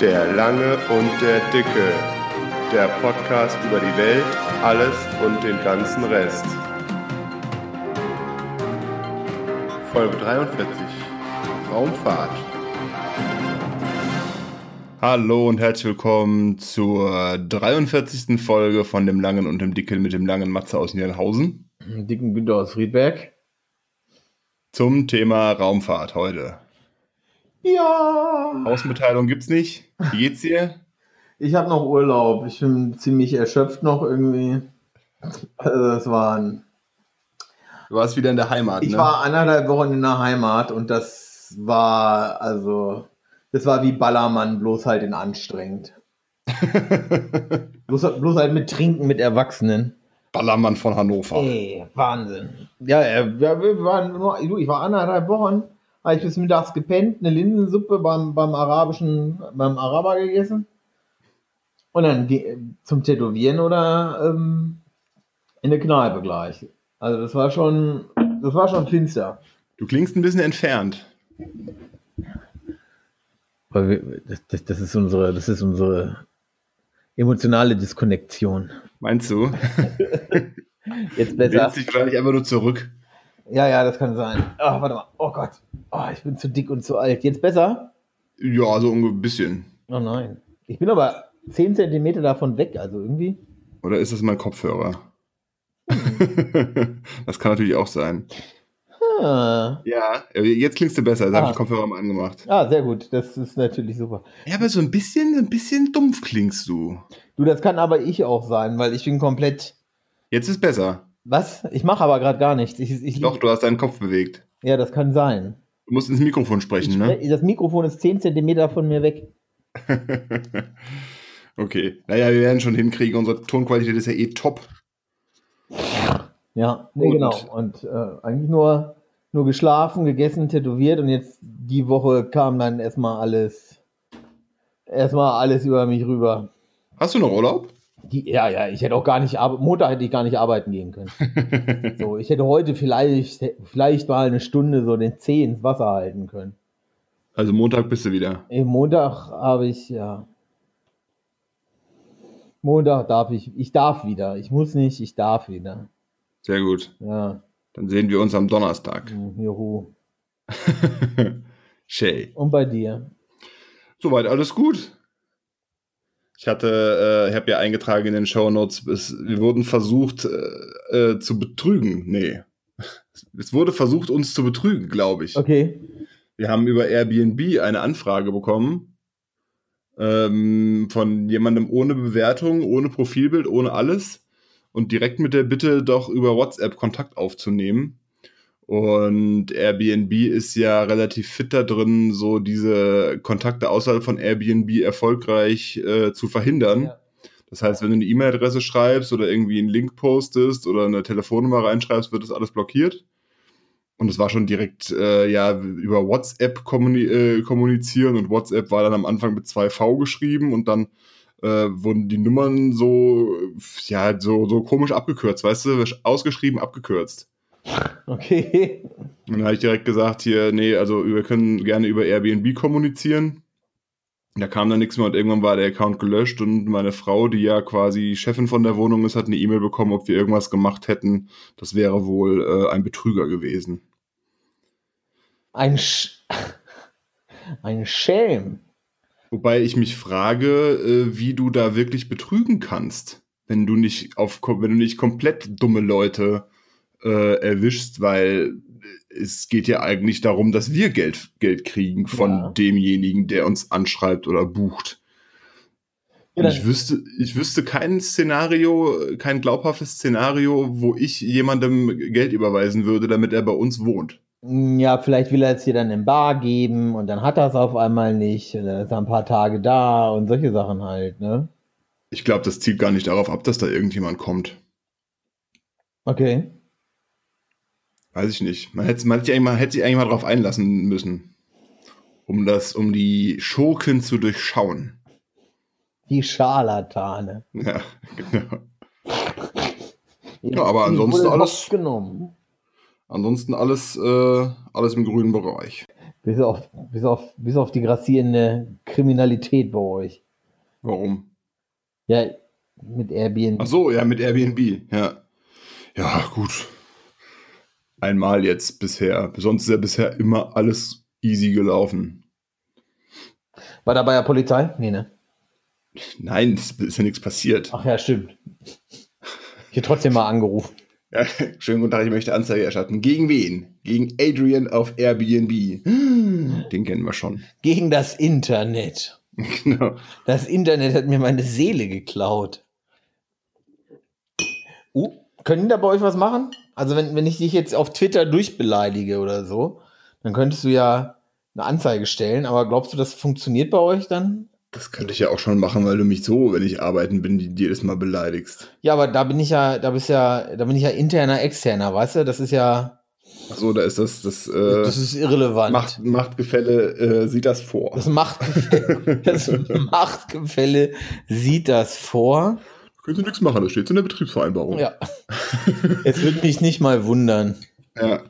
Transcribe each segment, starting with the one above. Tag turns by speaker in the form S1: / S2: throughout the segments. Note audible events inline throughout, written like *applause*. S1: Der Lange und der Dicke. Der Podcast über die Welt, alles und den ganzen Rest. Folge 43. Raumfahrt. Hallo und herzlich willkommen zur 43. Folge von dem Langen und dem Dicken mit dem Langen Matze aus Nienhausen.
S2: Einen dicken Günther aus Friedberg.
S1: Zum Thema Raumfahrt heute.
S2: Ja.
S1: Außenbeteiligung gibt's nicht. Wie geht's dir?
S2: Ich habe noch Urlaub. Ich bin ziemlich erschöpft noch irgendwie. Also das war ein
S1: Du warst wieder in der Heimat,
S2: Ich
S1: ne?
S2: war anderthalb Wochen in der Heimat und das war also das war wie Ballermann, bloß halt in *laughs* anstrengend. bloß, bloß halt mit Trinken mit Erwachsenen.
S1: Ballermann von
S2: Äh,
S1: Hannover.
S2: Ey, Wahnsinn. Ja, äh, wir, wir waren nur, du, ich war anderthalb Wochen, habe ich bis mittags gepennt, eine Linsensuppe beim, beim arabischen, beim Araber gegessen. Und dann ge- zum Tätowieren oder ähm, in der Kneipe gleich. Also das war schon, das war schon finster.
S1: Du klingst ein bisschen entfernt.
S2: Weil wir, das, das, das ist unsere, das ist unsere emotionale Diskonnektion.
S1: Meinst du?
S2: Jetzt
S1: Du lehnst dich wahrscheinlich einfach nur zurück.
S2: Ja, ja, das kann sein. Ach, warte mal. Oh Gott. Oh, ich bin zu dick und zu alt. Jetzt besser?
S1: Ja, so ein bisschen.
S2: Oh nein. Ich bin aber 10 Zentimeter davon weg, also irgendwie.
S1: Oder ist das mein Kopfhörer?
S2: Mhm.
S1: *laughs* das kann natürlich auch sein.
S2: Ah,
S1: Ja. Jetzt klingst du besser, da habe
S2: Ah.
S1: ich den Kopfhörer mal angemacht.
S2: ah, sehr gut. Das ist natürlich super.
S1: Ja, aber so ein bisschen, ein bisschen dumpf klingst du.
S2: Du, das kann aber ich auch sein, weil ich bin komplett.
S1: Jetzt ist besser.
S2: Was? Ich mache aber gerade gar nichts. Ich, ich,
S1: Doch, du hast deinen Kopf bewegt.
S2: Ja, das kann sein.
S1: Du musst ins Mikrofon
S2: Ich,
S1: sprechen, ne?
S2: Das Mikrofon ist 10 Zentimeter von mir weg.
S1: *laughs* okay. Naja, wir werden schon hinkriegen. Unsere Tonqualität ist ja eh top.
S2: Ja, nee,
S1: Und-
S2: genau. Und äh, eigentlich nur, nur geschlafen, gegessen, tätowiert und jetzt die Woche kam dann erstmal alles. Erstmal alles über mich rüber.
S1: Hast du noch Urlaub?
S2: Die, ja, ja, ich hätte auch gar nicht, arbe- Montag hätte ich gar nicht arbeiten gehen können. So, ich hätte heute vielleicht, vielleicht mal eine Stunde so den Zeh ins Wasser halten können.
S1: also Montag bist du wieder.
S2: Ey, Montag habe ich, ja. Montag darf ich, ich darf wieder. Ich muss nicht, ich darf wieder.
S1: Sehr gut.
S2: Ja,
S1: Dann sehen wir uns am Donnerstag.
S2: hm, juhu.
S1: Shay.
S2: Und bei dir?
S1: Soweit alles gut. Ich hatte, äh, ich habe ja eingetragen in den Shownotes, es, wir wurden versucht äh, äh, zu betrügen. Nee. *laughs* Es wurde versucht, uns zu betrügen, glaube ich.
S2: Okay.
S1: Wir haben über Airbnb eine Anfrage bekommen ähm, von jemandem ohne Bewertung, ohne Profilbild, ohne alles und direkt mit der Bitte, doch über WhatsApp Kontakt aufzunehmen. Und Airbnb ist ja relativ fit da drin, so diese Kontakte außerhalb von Airbnb erfolgreich äh, zu verhindern.
S2: Ja.
S1: Das heißt, wenn du eine E-Mail-Adresse schreibst oder irgendwie einen Link postest oder eine Telefonnummer reinschreibst, wird das alles blockiert. Und es war schon direkt äh, ja über WhatsApp kommuni äh, kommunizieren und WhatsApp war dann am Anfang mit 2V geschrieben und dann äh, wurden die Nummern so äh, ja so so komisch abgekürzt, weißt du, ausgeschrieben, abgekürzt.
S2: Okay.
S1: Und dann habe ich direkt gesagt hier, nee, also wir können gerne über Airbnb kommunizieren. Da kam dann nichts mehr und irgendwann war der Account gelöscht und meine Frau, die ja quasi Chefin von der Wohnung ist, hat eine E-Mail bekommen, ob wir irgendwas gemacht hätten. Das wäre wohl äh, ein Betrüger gewesen.
S2: Ein Sch *laughs* Ein Schelm.
S1: Wobei ich mich frage, äh, wie du da wirklich betrügen kannst, wenn du nicht auf, wenn du nicht komplett dumme Leute äh, erwischst, weil es geht ja eigentlich darum, dass wir Geld, Geld kriegen von
S2: Ja.
S1: demjenigen, der uns anschreibt oder bucht.
S2: Ja,
S1: Und
S2: dann-
S1: ich wüsste, ich wüsste kein Szenario, kein glaubhaftes Szenario, wo ich jemandem Geld überweisen würde, damit er bei uns wohnt.
S2: Ja, vielleicht will er es dir dann im Bar geben und dann hat er es auf einmal nicht und dann ist er ein paar Tage da und solche Sachen halt, ne?
S1: Ich glaube, das zielt gar nicht darauf ab, dass da irgendjemand kommt.
S2: Okay.
S1: Weiß ich nicht. Man hätte, man hätte, sich eigentlich mal, hätte sich eigentlich mal drauf einlassen müssen. Um das, um die Schurken zu durchschauen. *laughs*
S2: Die Scharlatane.
S1: Ja, genau.
S2: Ihr
S1: Ja, aber
S2: habt die
S1: ansonsten
S2: Bullen
S1: alles-
S2: genommen.
S1: Ansonsten alles, äh, alles im grünen Bereich.
S2: Bis auf, bis auf, bis auf die grassierende Kriminalität bei euch.
S1: Warum?
S2: Ja, mit Airbnb.
S1: Ach so, ja, mit Airbnb, ja. Ja, gut. Einmal jetzt bisher. Sonst ist ja bisher immer alles easy gelaufen.
S2: War da bei der Polizei? Nee, ne?
S1: Nein, es ist ja nichts passiert.
S2: Ach ja, stimmt. Hier trotzdem mal angerufen.
S1: Ja, *laughs* schönen guten Tag, ich möchte Anzeige erstatten. Gegen wen? Gegen Adrian auf Airbnb. *gasps* Den kennen wir schon. *laughs*
S2: Gegen das Internet.
S1: Genau.
S2: Das Internet hat mir meine Seele geklaut. Uh, können die da bei euch was machen? Also, wenn, wenn ich dich jetzt auf Twitter durchbeleidige oder so, dann könntest du ja eine Anzeige stellen, aber glaubst du, das funktioniert bei euch dann?
S1: Das könnte ich ja auch schon machen, weil du mich so, wenn ich arbeiten bin, die- jedes Mal beleidigst.
S2: Ja, aber da bin ich ja, da bist ja, da bin ich ja interner, externer, weißt du? Das ist ja,
S1: Ach so, da ist das, das, äh,
S2: das ist irrelevant.
S1: Macht, Machtgefälle äh, sieht das vor.
S2: Das Machtgefälle, das Machtgefälle sieht das vor.
S1: Können Sie nichts machen, das steht in der Betriebsvereinbarung. *laughs*
S2: Ja. Es würde mich nicht mal wundern,
S1: ja.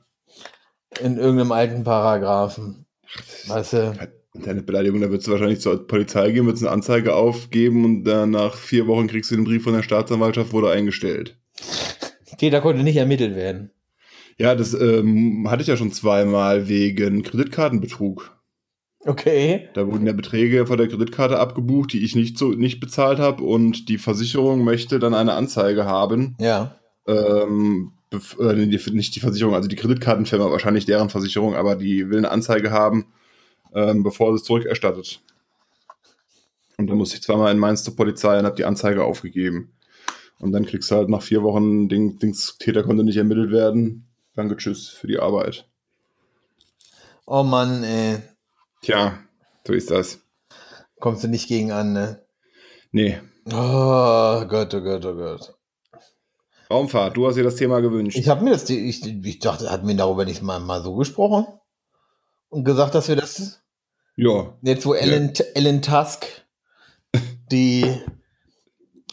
S2: in irgendeinem alten Paragraphen. Weißt du,
S1: Deine Beleidigung, da würdest du wahrscheinlich zur Polizei gehen, würdest eine Anzeige aufgeben und dann nach vier Wochen kriegst du den Brief von der Staatsanwaltschaft, wurde eingestellt.
S2: Täter konnte nicht ermittelt werden.
S1: Ja, das ähm, hatte ich ja schon zweimal wegen Kreditkartenbetrug.
S2: Okay.
S1: Da wurden ja Beträge von der Kreditkarte abgebucht, die ich nicht, so, nicht bezahlt habe und die Versicherung möchte dann eine Anzeige haben,
S2: Ja.
S1: ähm, bef- äh, nee, die- nicht die Versicherung, also die Kreditkartenfirma, wahrscheinlich deren Versicherung, aber die will eine Anzeige haben, ähm, bevor sie es zurückerstattet. Und dann musste ich zweimal in Mainz zur Polizei und habe die Anzeige aufgegeben. Und dann kriegst du halt nach vier Wochen, Ding, Dings, Täter konnte nicht ermittelt werden. Danke, tschüss für die Arbeit.
S2: Oh Mann, ey.
S1: Tja, so ist das.
S2: Kommst du nicht gegen an, ne?
S1: Nee,
S2: Oh Gott, oh Gott, oh Gott.
S1: Raumfahrt, du hast dir das Thema gewünscht.
S2: Ich habe mir das, ich, ich dachte, hatten wir darüber nicht mal, mal so gesprochen? Und gesagt, dass wir das,
S1: ja,
S2: jetzt wo Alan, Alan Tusk die,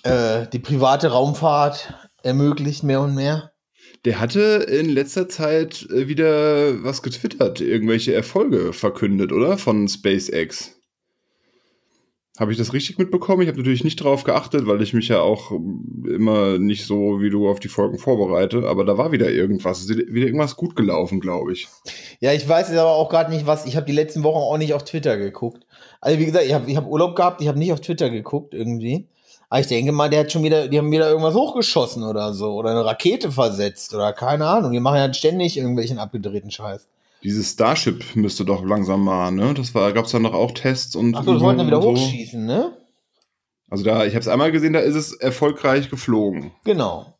S2: äh, die private Raumfahrt ermöglicht, mehr und mehr.
S1: der hatte in letzter Zeit äh, wieder was getwittert, irgendwelche Erfolge verkündet, oder? Von SpaceX. Habe ich das richtig mitbekommen? Ich habe natürlich nicht drauf geachtet, weil ich mich ja auch ähm, immer nicht so wie du auf die Folgen vorbereite, aber da war wieder irgendwas. Es ist wieder irgendwas gut gelaufen, glaube ich.
S2: Ja, ich weiß jetzt aber auch gerade nicht, was. Ich habe die letzten Wochen auch nicht auf Twitter geguckt. Also, wie gesagt, ich habe ich hab Urlaub gehabt, ich habe nicht auf Twitter geguckt irgendwie. Aber ich denke mal, der hat schon wieder, die haben wieder irgendwas hochgeschossen oder so. Oder eine Rakete versetzt oder keine Ahnung. Die machen ja ständig irgendwelchen abgedrehten Scheiß.
S1: Dieses Starship müsste doch langsam mal, ne? Das war, gab es dann doch auch Tests und.
S2: Ach, du wollten ja wieder
S1: und so.
S2: hochschießen, ne?
S1: Also da, ich habe es einmal gesehen, da ist es erfolgreich geflogen.
S2: Genau.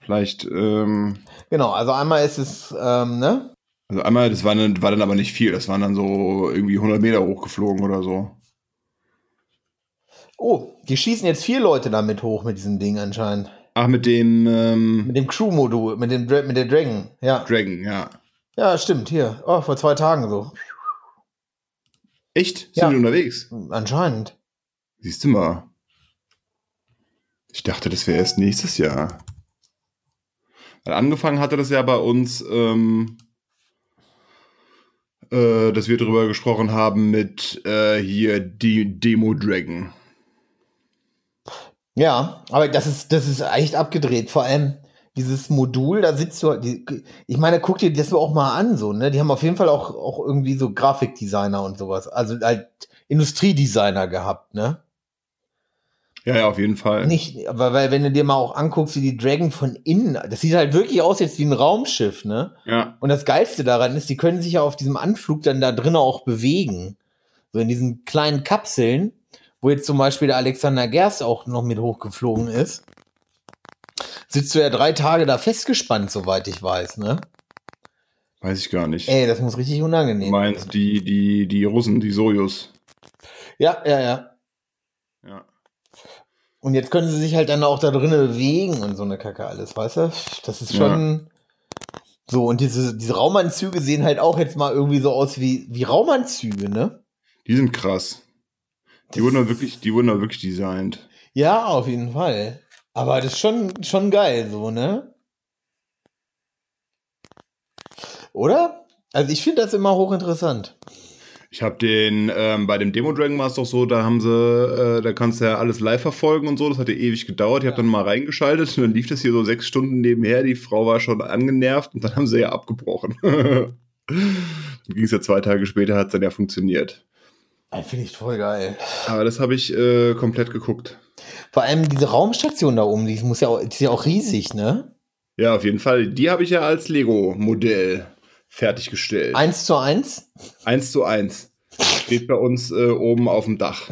S1: Vielleicht, ähm,
S2: Genau. Also einmal ist es, ähm, ne?
S1: Also einmal, das war dann, war dann aber nicht viel. Das waren dann so irgendwie 100 Meter hochgeflogen oder so.
S2: Oh, die schießen jetzt vier Leute damit hoch mit diesem Ding anscheinend.
S1: Ach, mit dem ähm,
S2: Mit dem Crew-Modul, mit dem Dra mit der Dragon. Ja.
S1: Dragon, ja.
S2: Ja, stimmt. Hier. Oh, vor zwei Tagen so.
S1: Echt? Sind
S2: Ja.
S1: die unterwegs?
S2: Anscheinend.
S1: Siehst du mal. Ich dachte, das wäre erst nächstes Jahr. Weil angefangen hatte das ja bei uns, ähm, äh, dass wir drüber gesprochen haben mit äh, hier die Demo Dragon.
S2: Ja, aber das ist, das ist echt abgedreht. Vor allem dieses Modul, da sitzt du, halt- die, ich meine, guck dir das auch mal an, so, ne? Die haben auf jeden Fall auch, auch irgendwie so Grafikdesigner und sowas. Also halt Industriedesigner gehabt, ne?
S1: Ja, ja, auf jeden Fall.
S2: Nicht, aber weil, wenn du dir mal auch anguckst, wie die Dragon von innen, das sieht halt wirklich aus jetzt wie ein Raumschiff, ne?
S1: Ja.
S2: Und das Geilste daran ist, die können sich ja auf diesem Anflug dann da drinnen auch bewegen. So in diesen kleinen Kapseln, wo jetzt zum Beispiel der Alexander Gerst auch noch mit hochgeflogen ist. Sitzt du ja drei Tage da festgespannt, soweit ich weiß, ne?
S1: Weiß ich gar nicht.
S2: Ey, das muss richtig
S1: du
S2: unangenehm
S1: meinst die, die, die Russen, die Sojus.
S2: Ja, ja, ja.
S1: Ja.
S2: Und jetzt können sie sich halt dann auch da drinnen bewegen und so eine Kacke alles, weißt du? Das ist
S1: Ja.
S2: schon. So, und diese, diese Raumanzüge sehen halt auch jetzt mal irgendwie so aus wie, wie Raumanzüge, ne?
S1: Die sind krass. Die wurden doch wirklich, die wurden doch wirklich designt.
S2: Ja, auf jeden Fall. Aber das ist schon, schon geil, so, ne? Oder? Also ich finde das immer hochinteressant.
S1: Ich habe den, ähm, bei dem Demo Dragon war es doch so, da haben sie, äh, da kannst du ja alles live verfolgen und so, das hat ja ewig gedauert. Ich habe dann mal reingeschaltet und dann lief das hier so sechs Stunden nebenher, die Frau war schon angenervt und dann haben sie ja abgebrochen. *laughs* dann ging es ja zwei Tage später, hat es dann ja funktioniert.
S2: Finde ich voll geil.
S1: Aber das habe ich äh, komplett geguckt.
S2: Vor allem diese Raumstation da oben, die muss ja auch, die ist ja auch riesig, ne?
S1: Ja, auf jeden Fall. Die habe ich ja als Lego-Modell fertiggestellt.
S2: Eins zu eins.
S1: Eins zu eins. Steht bei uns äh, oben auf dem Dach.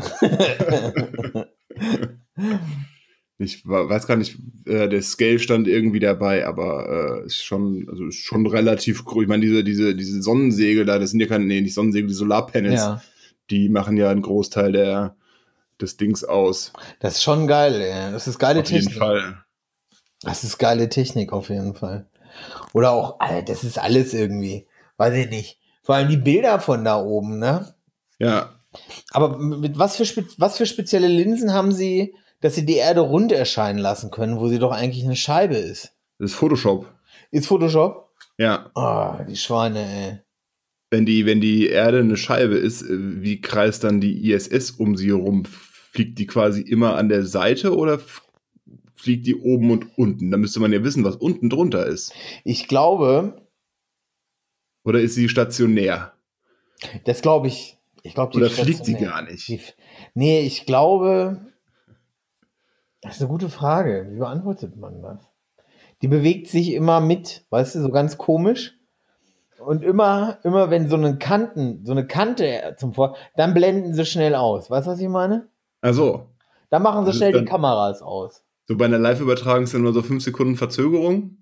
S1: ich wa- weiß gar nicht, äh, der Scale stand irgendwie dabei, aber äh, ist schon, also ist schon relativ groß. Ich meine, diese, diese, diese Sonnensegel da, das sind ja keine, nee, nicht Sonnensegel, die Solarpanels,
S2: Ja.
S1: die machen ja einen Großteil der, des Dings aus.
S2: Das ist schon geil, ey. Das ist geile
S1: auf
S2: Technik.
S1: jeden Fall.
S2: Das ist geile Technik auf jeden Fall. Oder auch, Alter, das ist alles irgendwie. Weiß ich nicht. Vor allem die Bilder von da oben, ne?
S1: Ja,
S2: Aber mit was für, spe- was für spezielle Linsen haben sie, dass sie die Erde rund erscheinen lassen können, wo sie doch eigentlich eine Scheibe ist?
S1: das ist Photoshop.
S2: Ist Photoshop?
S1: Ja.
S2: Ah, die Schweine, ey.
S1: Wenn die, wenn die Erde eine Scheibe ist, äh, wie kreist dann die ISS um sie herum? Fliegt die quasi immer an der Seite oder f- fliegt die oben und unten? Da müsste man ja wissen, was unten drunter ist.
S2: Ich glaube,
S1: Oder ist sie stationär?
S2: das glaube ich. Ich glaube, die
S1: Oder
S2: Schwester-
S1: fliegt sie
S2: nee.
S1: gar nicht?
S2: Die, nee, ich glaube. Das ist eine gute Frage. Wie beantwortet man das? Die bewegt sich immer mit, weißt du, so ganz komisch. Und immer, immer wenn so eine Kanten, so eine Kante zum Vor, dann blenden sie schnell aus. Weißt du, was ich meine?
S1: Also,
S2: Dann machen sie
S1: Das ist
S2: schnell die
S1: dann-
S2: Kameras aus.
S1: so bei einer Live-Übertragung sind nur so fünf Sekunden Verzögerung.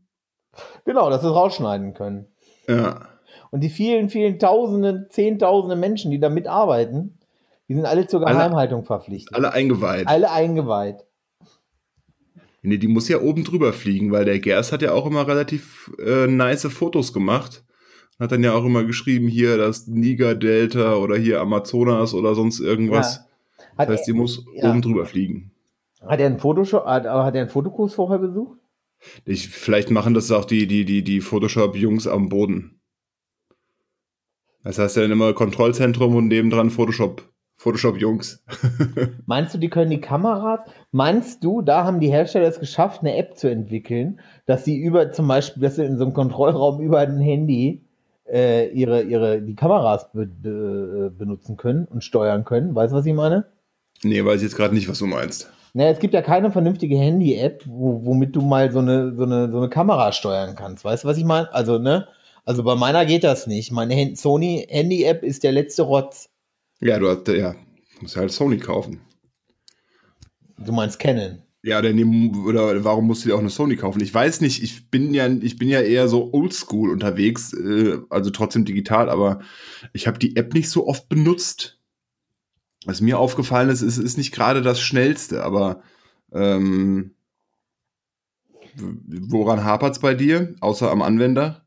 S2: Genau, dass sie es rausschneiden können.
S1: Ja.
S2: Und die vielen, vielen Tausenden, Zehntausende Menschen, die da mitarbeiten, die sind alle zur
S1: Alle-
S2: Geheimhaltung verpflichtet.
S1: Alle eingeweiht.
S2: alle eingeweiht.
S1: Nee, die muss ja oben drüber fliegen, weil der Gers hat ja auch immer relativ äh, nice Fotos gemacht. Hat dann ja auch immer geschrieben, hier das Niger-Delta oder hier Amazonas oder sonst irgendwas.
S2: Ja.
S1: Das
S2: Hat,
S1: heißt, die muss
S2: ja.
S1: oben drüber fliegen.
S2: er, hat er einen Photoshop, hat, hat er einen Fotokurs vorher besucht?
S1: Ich, vielleicht machen das auch die, die, die, die Photoshop-Jungs am Boden. Das heißt ja dann immer Kontrollzentrum und nebendran Photoshop. Photoshop-Jungs.
S2: Meinst du, die können die Kameras? Meinst du, da haben die Hersteller es geschafft, eine App zu entwickeln, dass sie über zum Beispiel, dass sie in so einem Kontrollraum über ein Handy äh, ihre, ihre, die Kameras be, be, äh, benutzen können und steuern können? Weißt du, was ich meine?
S1: Nee, weiß ich jetzt gerade nicht, was du meinst.
S2: Naja, es gibt ja keine vernünftige Handy-App, wo, womit du mal so eine, so, eine, so eine Kamera steuern kannst. Weißt du, was ich meine? Also, ne? Also bei meiner geht das nicht. Meine Hand- Sony Handy-App ist der letzte Rotz.
S1: Ja, du hast, ja, musst halt Sony kaufen.
S2: Du meinst Canon.
S1: Ja, denn die, oder warum musst du dir auch eine Sony kaufen? Ich weiß nicht, ich bin ja, ich bin ja eher so oldschool unterwegs, äh, also trotzdem digital, aber ich habe die App nicht so oft benutzt. Was mir aufgefallen ist, es ist nicht gerade das Schnellste, aber ähm, w- woran hapert's bei dir, außer am Anwender?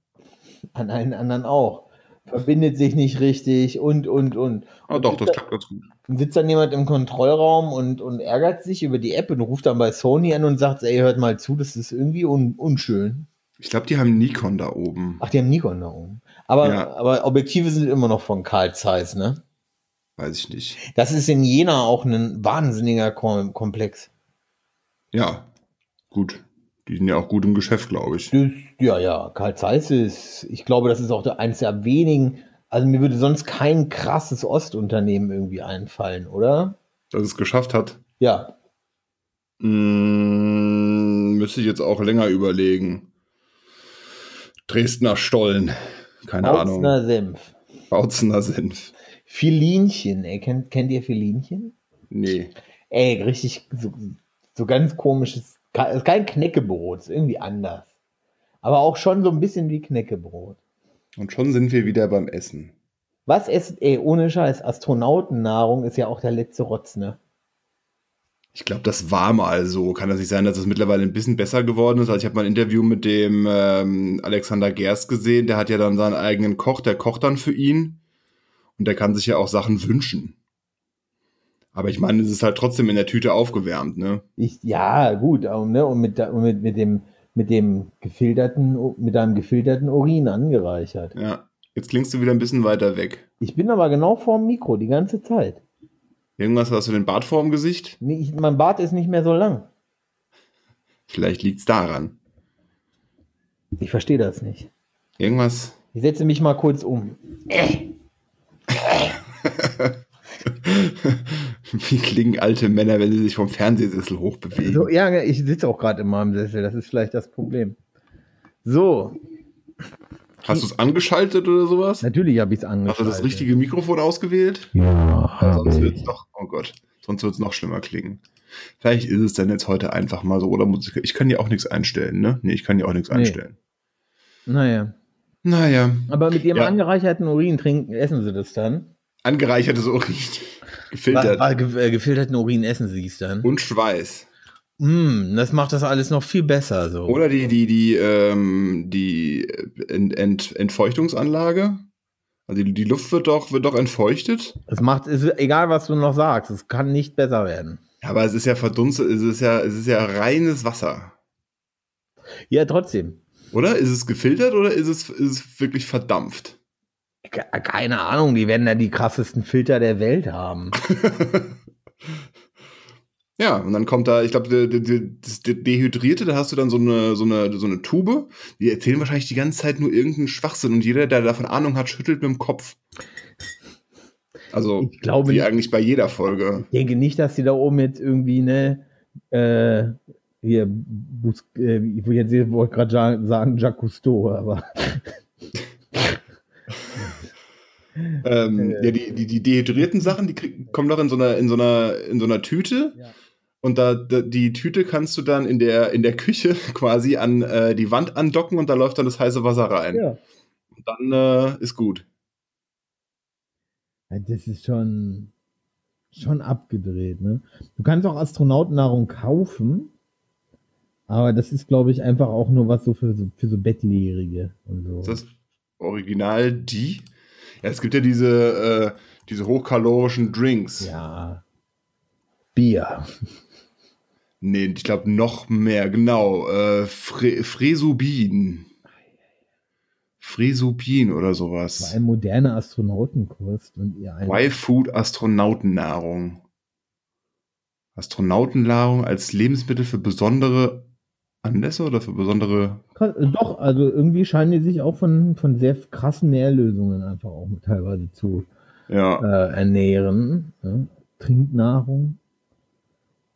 S2: An allen anderen auch. Verbindet sich nicht richtig und, und, und.
S1: Ah, doch, das klappt ganz gut.
S2: Und sitzt dann jemand im Kontrollraum und, und ärgert sich über die App und ruft dann bei Sony an und sagt, ey, hört mal zu, das ist irgendwie un, unschön.
S1: Ich glaube, die haben Nikon da oben.
S2: Ach, die haben Nikon da oben. Aber,
S1: Ja.
S2: aber Objektive sind immer noch von Carl Zeiss, ne?
S1: Weiß ich nicht.
S2: Das ist in Jena auch ein wahnsinniger Kom Komplex.
S1: Ja, gut. Die sind ja auch gut im Geschäft, glaube ich.
S2: Das, ja, ja, Karl Zeiss ist, ich glaube, das ist auch der- eins der wenigen. Also mir würde sonst kein krasses Ostunternehmen irgendwie einfallen, oder?
S1: Dass es geschafft hat.
S2: Ja,
S1: Mm, müsste ich jetzt auch länger überlegen. Dresdner Stollen. Keine Ahnung.
S2: Bautzner Senf.
S1: Bautzener Senf.
S2: Filinchen, ey, kennt, kennt ihr Filinchen?
S1: Nee.
S2: Ey, richtig, so, so ganz komisches, ke- ist kein Knäckebrot, ist irgendwie anders. Aber auch schon so ein bisschen wie Knäckebrot.
S1: Und schon sind wir wieder beim Essen.
S2: Was essen, ey, ohne Scheiß, Astronautennahrung ist ja auch der letzte Rotz, ne?
S1: Ich glaube, das war mal so. Kann das nicht sein, dass es mittlerweile ein bisschen besser geworden ist? Also ich habe mal ein Interview mit dem ähm, Alexander Gerst gesehen. Der hat ja dann seinen eigenen Koch. Der kocht dann für ihn. Und der kann sich ja auch Sachen wünschen. Aber ich meine, es ist halt trotzdem in der Tüte aufgewärmt, ne?
S2: Ich, ja, gut, ähm, ne, und mit, der- und mit, mit dem, mit dem gefilterten, mit einem gefilterten Urin angereichert.
S1: Ja. Jetzt klingst du wieder ein bisschen weiter weg.
S2: Ich bin aber genau vorm Mikro die ganze Zeit.
S1: Irgendwas hast du den Bart vorm Gesicht?
S2: Nee, Ich, mein Bart ist nicht mehr so lang.
S1: Vielleicht liegt's daran.
S2: Ich verstehe das nicht.
S1: Irgendwas. *laughs*
S2: Ich setze mich mal kurz um.
S1: Wie klingen alte Männer, wenn sie sich vom Fernsehsessel hochbewegen?
S2: So, ja, ne, ich sitze auch gerade in meinem Sessel. Das ist vielleicht das Problem. So,
S1: Hast du es angeschaltet oder sowas?
S2: natürlich habe ich es angeschaut.
S1: Hast du Also das richtige Mikrofon ausgewählt?
S2: Ja,
S1: Weil sonst
S2: habe
S1: wird es
S2: ich.
S1: noch, oh Gott, sonst wird es noch schlimmer klingen. Vielleicht ist es dann jetzt heute einfach mal so, oder muss ich, ich kann ja auch nichts einstellen, ne? Nee, ich kann ja auch nichts
S2: Nee.
S1: einstellen.
S2: Naja,
S1: Naja,
S2: aber mit ihrem
S1: Ja.
S2: angereicherten Urin trinken, essen sie das dann.
S1: angereichertes Urin, gefiltert
S2: Wa- wa- ge- äh, gefilterten Urin essen sie es dann.
S1: und Schweiß.
S2: Mm, das macht das alles noch viel besser so.
S1: Oder die, die, die, ähm, die Ent, Ent, Entfeuchtungsanlage. Also die, die Luft wird doch, wird doch entfeuchtet.
S2: Es macht, es ist egal, was du noch sagst, es kann nicht besser werden.
S1: Ja, Aber es ist ja verdunstet, es ist ja, es ist ja reines Wasser.
S2: Ja, trotzdem.
S1: Oder? Ist es gefiltert oder ist es, ist es wirklich verdampft? *laughs*
S2: Ke- Keine Ahnung, die werden da die krassesten Filter der Welt haben.
S1: Ja, und dann kommt da, ich glaube, der- der- das Dehydrierte, da hast du dann so eine, so, eine, so eine Tube. Die erzählen wahrscheinlich die ganze Zeit nur irgendeinen Schwachsinn und jeder, der davon Ahnung hat, schüttelt mit dem Kopf. Also,
S2: Ich glaube
S1: wie
S2: nicht,
S1: eigentlich bei jeder Folge.
S2: ich denke nicht, dass die da oben jetzt irgendwie ne äh, hier, Bus, äh, ich wollte jetzt- ich wollte gerade ja- sagen Jacques Cousteau, aber
S1: Ähm,
S2: Äh.
S1: Ja, die, die, die dehydrierten Sachen, die krieg, kommen doch in so einer, in so einer, in so einer Tüte.
S2: Ja.
S1: Und da, da, die Tüte kannst du dann in der, in der Küche *laughs* quasi an äh, die Wand andocken und da läuft dann das heiße Wasser rein.
S2: ja.
S1: Und dann äh, ist gut.
S2: das ist schon schon abgedreht. Ne? Du kannst auch Astronautennahrung kaufen, aber das ist glaube ich einfach auch nur was so für so, für so Bettlägerige und so.
S1: Ist das Original die? Ja, es gibt ja diese, äh, diese hochkalorischen Drinks.
S2: ja. Bier.
S1: Nee, ich glaube noch mehr, genau. Äh, Fre Fresubin. Fresubin oder
S2: Vor
S1: sowas.
S2: allem moderne Astronautenkost und ihr ein
S1: Y-Food Astronautennahrung. Astronautennahrung als Lebensmittel für besondere Anlässe oder für besondere.
S2: Krass, äh, Doch, also irgendwie scheinen die sich auch von, von sehr krassen Nährlösungen einfach auch teilweise zu äh,
S1: Ja,
S2: ernähren. Ne? Trinknahrung.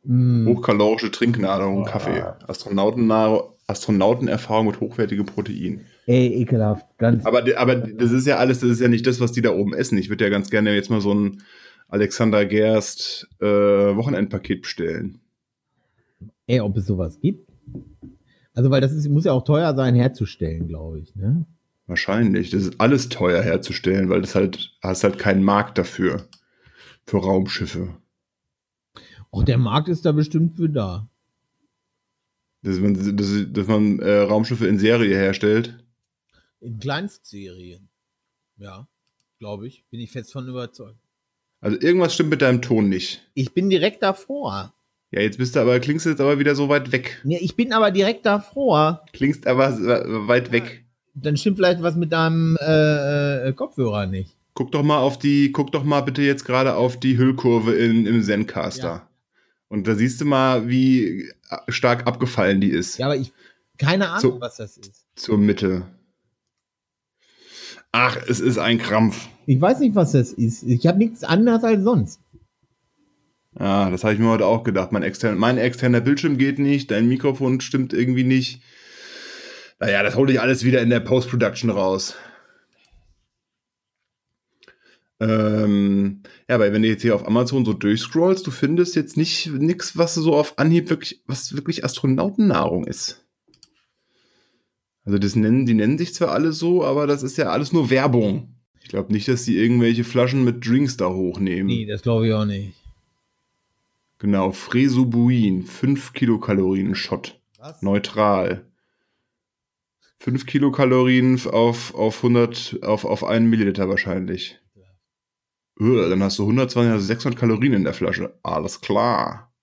S2: Mm,
S1: hochkalorische Trinknahrung, Kaffee. Astronautennahrung, Astronautenerfahrung mit hochwertigem Protein.
S2: Ey, ekelhaft. Ganz
S1: Aber, de- aber das ist ja alles, das ist ja nicht das, was die da oben essen. Ich würde ja ganz gerne jetzt mal so ein Alexander Gerst äh, Wochenendpaket bestellen.
S2: Ey, ob es sowas gibt? Also, weil das ist, muss ja auch teuer sein, herzustellen, glaube ich. Ne?
S1: Wahrscheinlich. Das ist alles teuer herzustellen, weil das halt, hast halt keinen Markt dafür. Für Raumschiffe.
S2: Auch der Markt ist da bestimmt für da.
S1: Dass man, dass, dass man äh, Raumschiffe in Serie herstellt.
S2: In Kleinstserien. Ja, glaube ich. Bin ich fest von überzeugt.
S1: Also irgendwas stimmt mit deinem Ton nicht.
S2: Ich bin direkt davor.
S1: Ja, jetzt bist du aber, klingst jetzt aber wieder so weit weg.
S2: Ja, ich bin aber direkt davor.
S1: Klingst aber s- äh, weit weg.
S2: Dann stimmt vielleicht was mit deinem äh, äh, Kopfhörer nicht.
S1: Guck doch mal auf die, guck doch mal bitte jetzt gerade auf die Hüllkurve in, im Zencaster.
S2: Ja.
S1: Und da siehst du mal, wie äh, stark abgefallen die ist.
S2: Ja, aber ich. Keine Ahnung,
S1: So.
S2: was das ist.
S1: Zur Mitte. Ach, es ist ein Krampf.
S2: Ich weiß nicht, was das ist. Ich habe nichts anderes als sonst.
S1: Ja, das habe ich mir heute auch gedacht. Mein, extern, mein externer Bildschirm geht nicht, dein Mikrofon stimmt irgendwie nicht. Naja, das hole ich alles wieder in der Post-Production raus. Ähm, ja, aber wenn du jetzt hier auf Amazon so durchscrollst, du findest jetzt nicht nix, was so auf Anhieb wirklich, was wirklich Astronautennahrung ist. Also das nennen, die nennen sich zwar alle so, aber das ist ja alles nur Werbung. Ich glaube nicht, dass die irgendwelche Flaschen mit Drinks da hochnehmen.
S2: Nee, das glaube ich auch nicht.
S1: Genau, Fresubuin, 5 Kilokalorien Shot,
S2: Was?
S1: neutral. 5 Kilokalorien auf, auf 100, auf, auf einen Milliliter wahrscheinlich. Öh, dann hast du 120, also 600 Kalorien in der Flasche. Alles klar.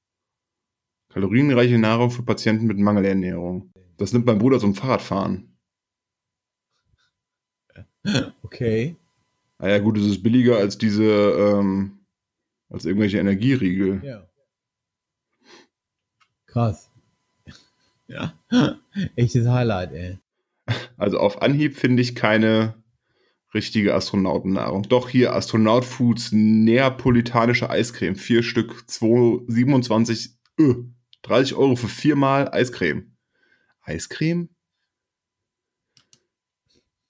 S1: Kalorienreiche Nahrung für Patienten mit Mangelernährung. Das nimmt mein Bruder zum Fahrradfahren.
S2: Okay.
S1: Ah ja, gut, es ist billiger als diese, ähm, als irgendwelche Energieriegel.
S2: Ja.
S3: *laughs*
S2: Krass. Ja. Echtes Highlight, ey.
S1: Also auf Anhieb finde ich keine richtige Astronautennahrung. Doch hier Astronaut Foods neapolitanische Eiscreme. Vier Stück, 2, 27, öh, 30 Euro für viermal Eiscreme. Eiscreme?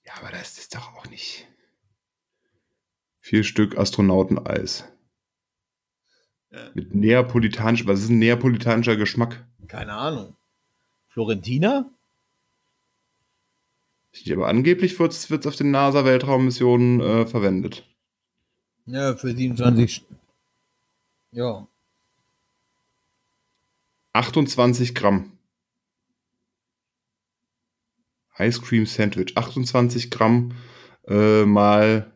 S1: Ja, aber das ist doch auch nicht. Vier Stück Astronauteneis. Mit neapolitanisch, was ist ein neapolitanischer Geschmack?
S2: Keine Ahnung. Florentina?
S1: Aber angeblich wird es auf den NASA-Weltraummissionen äh, verwendet.
S2: Ja, für 27. St- Ja.
S1: 28 Gramm. Ice Cream Sandwich. 28 Gramm äh, mal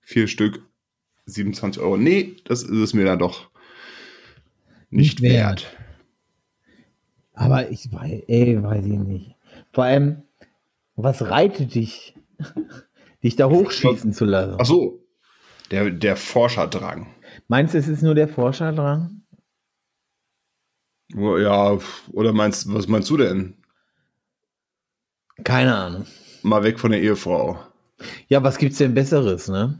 S1: vier Stück. 27 Euro. Nee, das ist es mir dann doch nicht,
S2: Nicht wert.
S1: wert.
S2: Aber ich weiß, ey, weiß ich nicht.
S3: Vor allem, was reitet dich, *laughs* dich da hochschießen zu lassen?
S1: Ach so, der, der Forscherdrang.
S3: Meinst du, es ist nur der Forscher dran?
S1: Oh, Ja, oder meinst, was meinst du denn?
S3: Keine Ahnung.
S1: Mal weg von der Ehefrau.
S3: Ja, was gibt's denn Besseres, ne?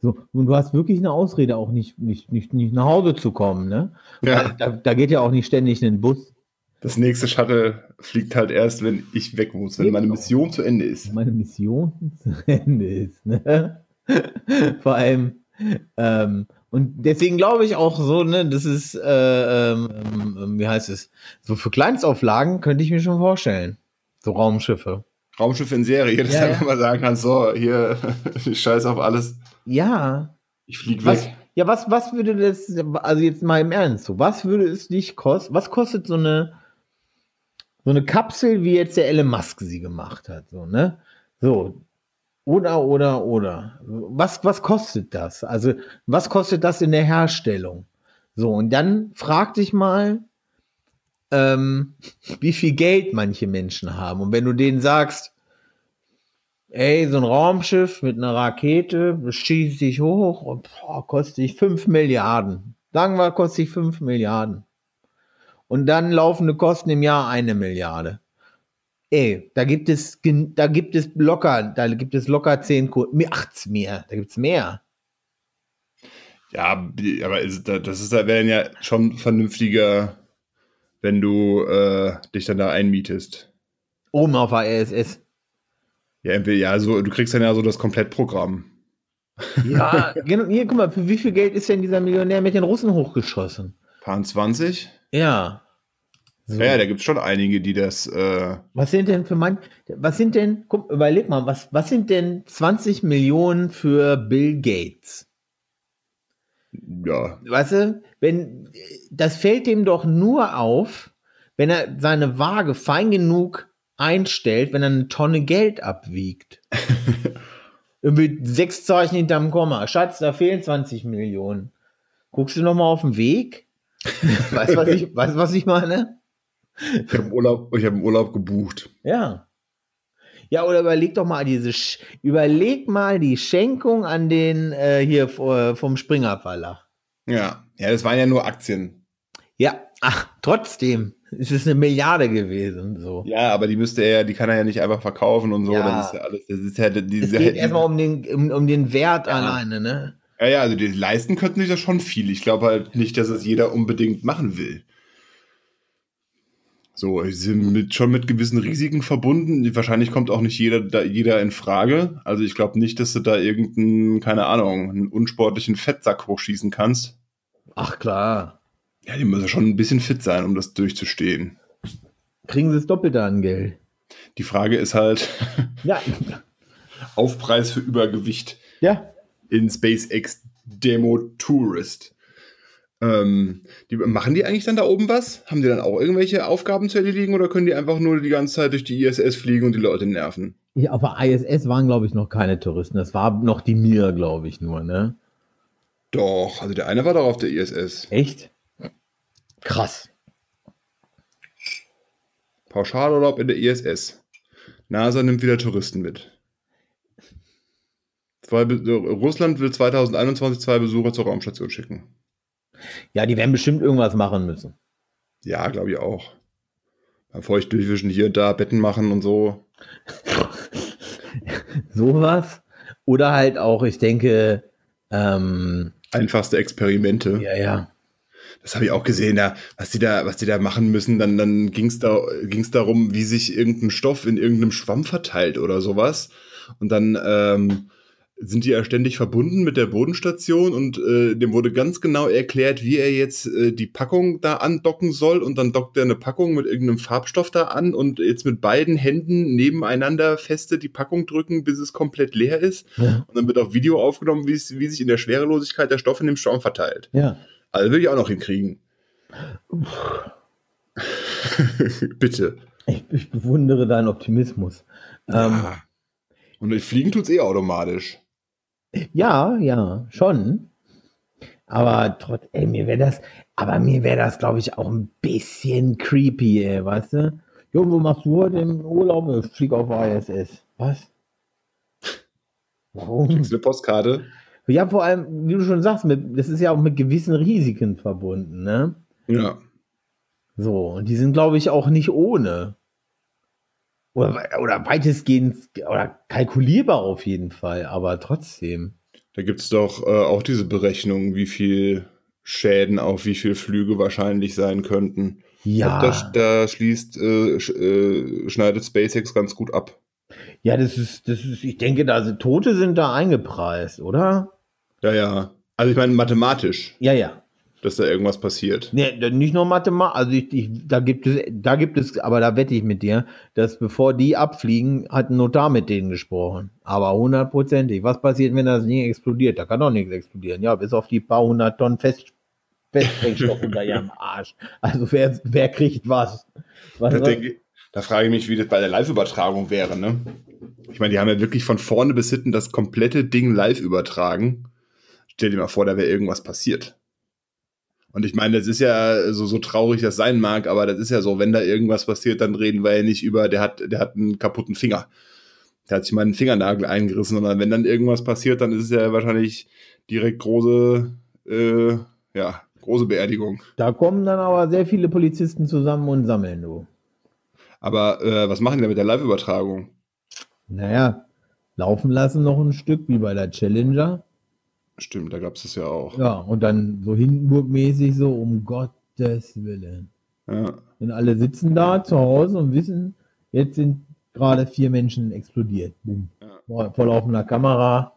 S2: So, und du hast wirklich eine Ausrede, auch nicht, nicht, nicht, nicht nach Hause zu kommen, ne? Da,
S1: Ja,
S2: da, da geht ja auch nicht ständig ein Bus.
S1: das nächste Shuttle fliegt halt erst, wenn ich weg muss, wenn meine Mission zu Ende ist.
S2: Meine Mission *laughs* zu Ende ist, ne? *laughs* Vor allem, ähm, und deswegen glaube ich auch so, ne, das ist, äh, ähm, ähm, wie heißt es? So für Kleinstauflagen könnte ich mir schon vorstellen. So Raumschiffe.
S1: Raumschiff in Serie, *laughs* dass
S2: Ja,
S1: du
S2: ja.
S1: einfach mal sagen kannst, so, hier, *laughs* ich scheiß auf alles,
S2: Ja,
S1: ich flieg
S2: Was,
S1: weg.
S2: ja, was, was würde das, also jetzt mal im Ernst, so, was würde es dich kosten, was kostet so eine, so eine Kapsel, wie jetzt der Elon Musk sie gemacht hat, so, ne? So, oder, oder, oder. Was, was kostet das? Also, was kostet das in der Herstellung? So, und dann frag dich mal, ähm, *laughs* wie viel Geld manche Menschen haben. Und wenn du denen sagst, ey, so ein Raumschiff mit einer Rakete, das schießt dich hoch und boah, kostet dich 5 Milliarden. Sagen wir, kostet dich 5 Milliarden. Und dann laufende Kosten im Jahr eine Milliarde. Ey, da gibt es, gen- da gibt es locker, da gibt es locker 10 Kunden, acht's mehr, da gibt's mehr.
S1: Ja, b- aber ist, da- das ist, da wären ja schon vernünftiger, wenn du äh, dich dann da einmietest.
S2: Oben auf der ISS.
S1: Ja, entweder, ja, so, du kriegst dann ja so das Komplettprogramm.
S2: *laughs* Ja, genau, hier, guck mal, für wie viel Geld ist denn dieser Millionär mit den Russen hochgeschossen?
S1: Paar 20?
S2: Ja. So.
S1: Ja, ja, da gibt es schon einige, die das. Äh,
S2: Was sind denn für man, was sind denn, guck, überleg mal, was, was sind denn 20 Millionen für Bill Gates?
S1: ja,
S2: Weißt du, wenn, das fällt dem doch nur auf, wenn er seine Waage fein genug einstellt, wenn er eine Tonne Geld abwiegt. Irgendwie sechs Zeichen hinterm Komma. Schatz, da fehlen 20 Millionen. Guckst du nochmal auf den Weg? weißt du, was ich, weißt, du, was ich meine?
S1: ich habe Urlaub, ich hab einen Urlaub gebucht.
S2: Ja. Ja, oder überleg doch mal diese Sch überleg mal die Schenkung an den äh, hier v- äh, vom Springer Verlag.
S1: Ja, ja, das waren ja nur Aktien.
S2: Ja, ach, trotzdem ist es eine Milliarde gewesen so.
S1: Ja, aber die müsste er, die kann er ja nicht einfach verkaufen und so.
S2: Ja.
S1: Das ist ja alles. Das ist ja
S2: es
S1: diese.
S2: geht erstmal um den um, um den Wert
S1: Ja.
S2: alleine, ne?
S1: ja, ja, also die leisten könnten sich das schon viel. Ich glaube halt nicht, dass es jeder unbedingt machen will. So, sie sind mit, schon mit gewissen Risiken verbunden. Wahrscheinlich kommt auch nicht jeder, da, jeder in Frage. Also ich glaube nicht, dass du da irgendeinen, keine Ahnung, einen unsportlichen Fettsack hochschießen kannst.
S2: Ach klar,
S1: Ja, die müssen schon ein bisschen fit sein, um das durchzustehen.
S2: kriegen sie das Doppelte an Geld.
S1: Die Frage ist halt, *laughs*
S2: Ja,
S1: Aufpreis für Übergewicht
S2: ja,
S1: in SpaceX Demo Tourist. Ähm, die, machen die eigentlich dann da oben was? Haben die dann auch irgendwelche Aufgaben zu erledigen oder können die einfach nur die ganze Zeit durch die ISS fliegen und die Leute nerven?
S2: ja. Auf der ISS waren glaube ich noch keine Touristen. Das war noch die Mir, glaube ich nur, ne?
S1: Doch, also der eine war doch auf der ISS.
S2: Echt? Krass.
S1: Pauschalurlaub in der ISS. NASA nimmt wieder Touristen mit. Zwei, Be- Russland will 2021 zwei Besucher zur Raumstation schicken.
S2: Ja, die werden bestimmt irgendwas machen müssen.
S1: Ja, glaube ich auch. Beim Feucht durchwischen hier und da Betten machen und so.
S2: Sowas. Oder halt auch, ich denke, ähm,
S1: Einfachste Experimente.
S2: ja, ja.
S1: Das habe ich auch gesehen, da, was die da, was die da machen müssen. Dann, dann ging es da, ging's darum, wie sich irgendein Stoff in irgendeinem Schwamm verteilt oder sowas. Und dann ähm, sind die ja ständig verbunden mit der Bodenstation und äh, dem wurde ganz genau erklärt, wie er jetzt äh, die Packung da andocken soll. Und dann dockt er eine Packung mit irgendeinem Farbstoff da an und jetzt mit beiden Händen nebeneinander feste die Packung drücken, bis es komplett leer ist.
S2: Ja.
S1: Und dann wird auch Video aufgenommen, wie es- wie sich in der Schwerelosigkeit der Stoff in dem Schwamm verteilt.
S2: ja.
S1: Also will ich auch noch hinkriegen. *laughs* Bitte.
S2: Ich, ich bewundere deinen Optimismus. Ähm,
S1: Ja. Ah. Und ich fliegen tut's eh automatisch.
S2: ja, ja, schon. Aber trotz, ey, mir wäre das, aber mir wäre das, glaube ich, auch ein bisschen creepy, ey, weißt du? Jo, wo machst du heute im Urlaub? Ich flieg auf ISS. Was? Warum?
S1: Kriegst du eine Postkarte?
S2: Ja, vor allem, wie du schon sagst, mit, das ist ja auch mit gewissen Risiken verbunden, ne?
S1: Ja.
S2: So, und die sind, glaube ich, auch nicht ohne. Oder, wei- oder weitestgehend oder kalkulierbar auf jeden Fall, aber trotzdem.
S1: Da gibt's doch äh, auch diese Berechnung, wie viel Schäden auf wie viel Flüge wahrscheinlich sein könnten.
S2: Ja,
S1: Da, da schließt, äh, sch, äh, schneidet SpaceX ganz gut ab.
S2: ja, das ist, das ist, ich denke, da sind Tote sind da eingepreist, oder?
S1: Ja, ja. Also ich meine mathematisch,
S2: Ja, ja.
S1: dass da irgendwas passiert.
S2: Nee, da- nicht nur Mathematik, also ich, ich, da gibt es, da gibt es, aber da wette ich mit dir, dass bevor die abfliegen, hat ein Notar mit denen gesprochen. Aber hundertprozentig. Was passiert, wenn das Ding explodiert? Da kann doch nichts explodieren. Ja, bis auf die paar hundert Tonnen Fest, Festbrennstoff unter ihrem Arsch. Also wer, wer kriegt was? was
S1: Da, denke, ich- da frage ich mich, wie das bei der Live-Übertragung wäre, ne? Ich meine, die haben ja wirklich von vorne bis hinten das komplette Ding live übertragen. Stell dir mal vor, da wäre irgendwas passiert. Und ich meine, das ist ja so, so traurig das sein mag, aber das ist ja so, wenn da irgendwas passiert, dann reden wir ja nicht über, der hat, der hat einen kaputten Finger. Der hat sich mal einen Fingernagel eingerissen, sondern wenn dann irgendwas passiert, dann ist es ja wahrscheinlich direkt große, äh, ja, große Beerdigung.
S2: da kommen dann aber sehr viele Polizisten zusammen und sammeln, du.
S1: Aber äh, was machen die da mit der Live-Übertragung?
S2: Naja, laufen lassen noch ein Stück, wie bei der Challenger.
S1: Stimmt, da gab es das ja auch.
S2: Ja, und dann so Hindenburg-mäßig so, um Gottes Willen.
S1: Ja.
S2: Und alle sitzen da zu Hause und wissen, jetzt sind gerade vier Menschen explodiert. Boom.
S1: Ja.
S2: Vor vor laufender Kamera.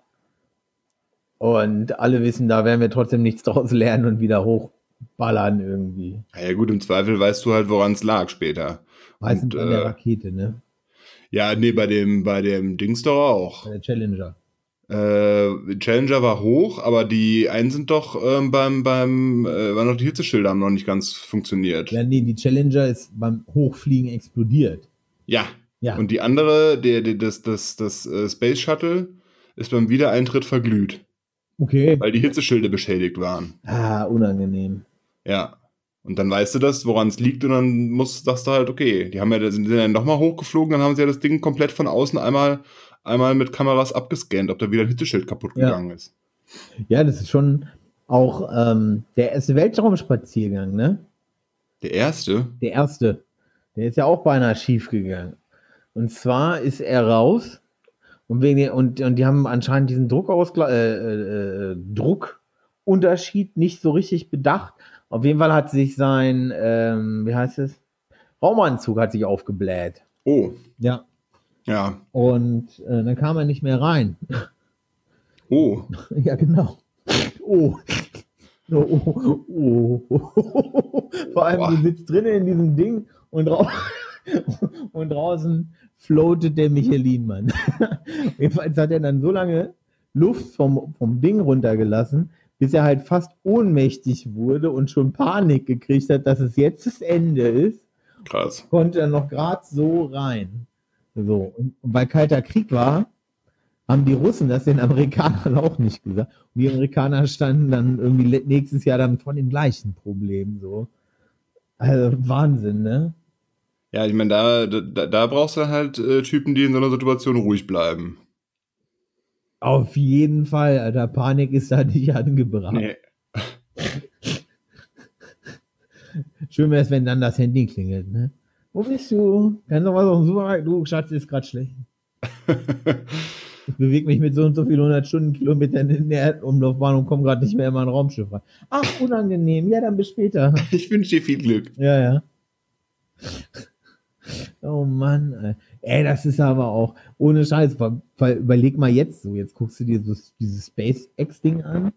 S2: Und alle wissen, da werden wir trotzdem nichts *laughs* draus lernen und wieder hochballern irgendwie.
S1: Ah Ja, ja, gut, im Zweifel weißt du halt, woran es lag später.
S2: Meistens
S1: Und,
S2: an der
S1: äh,
S2: Rakete, ne?
S1: Ja, nee, bei dem, bei dem Dings doch auch.
S2: Bei der Challenger.
S1: Äh, Challenger war hoch, aber die einen sind doch ähm, beim, beim, äh, waren noch die Hitzeschilder haben noch nicht ganz funktioniert. Ja.
S2: Ja, nee, die Challenger ist beim Hochfliegen explodiert. Ja.
S1: Und die andere, der, der, das, das, das äh, Space Shuttle, ist beim Wiedereintritt verglüht,
S2: Okay.
S1: weil die Hitzeschilde beschädigt waren.
S2: Ah, unangenehm.
S1: Ja. Und dann weißt du das, woran es liegt, und dann musst, sagst du halt, okay, die haben ja, sind ja nochmal hochgeflogen, dann haben sie ja das Ding komplett von außen einmal, einmal mit Kameras abgescannt, ob da wieder ein Hitzeschild kaputt
S2: Ja.
S1: gegangen ist.
S2: Ja, das ist schon auch ähm, der erste Weltraumspaziergang, ne?
S1: Der erste,
S2: Der erste. Der ist ja auch beinahe schief gegangen. Und zwar ist er raus und, wegen, der- und, und die haben anscheinend diesen Druckausgleich, äh, äh, Druckunterschied nicht so richtig bedacht. Auf jeden Fall hat sich sein, ähm, wie heißt es? Raumanzug hat sich aufgebläht.
S1: oh,
S2: Ja.
S1: ja,
S2: Und äh, dann kam er nicht mehr rein.
S1: oh,
S2: ja, genau. Oh. Oh, oh, oh. Vor allem,
S1: Boah.
S2: du sitzt drinnen in diesem Ding und, drau und draußen floatet der Michelin-Mann. Jedenfalls hat er dann so lange Luft vom, vom Ding runtergelassen, bis er halt fast ohnmächtig wurde und schon Panik gekriegt hat, dass es jetzt das Ende ist
S1: krass.
S2: konnte er noch gerade so rein. So, und weil Kalter Krieg war, haben die Russen das den Amerikanern auch nicht gesagt. Und die Amerikaner standen dann irgendwie le- nächstes Jahr dann vor dem gleichen Problem. So. Also Wahnsinn, ne?
S1: Ja, ich meine, da, da, da brauchst du halt äh, Typen, die in so einer Situation ruhig bleiben.
S2: Auf jeden Fall, Alter. Panik ist da nicht angebracht. Schön wäre es, wenn dann das Handy klingelt, ne? Wo bist du? Kannst du was auf dem Supermarkt? Du, Schatz, ist gerade schlecht. Ich bewege mich mit so und so viel 100 Stundenkilometern in der Erdumlaufbahn und komme gerade nicht mehr in mein Raumschiff rein. Ach, unangenehm. Ja, dann bis später.
S1: *laughs* ich wünsche dir viel Glück.
S2: Ja, ja. Oh Mann, ey. ey, das ist aber auch ohne Scheiß. weil- weil Überleg mal jetzt so, jetzt guckst du dir so, dieses SpaceX-Ding an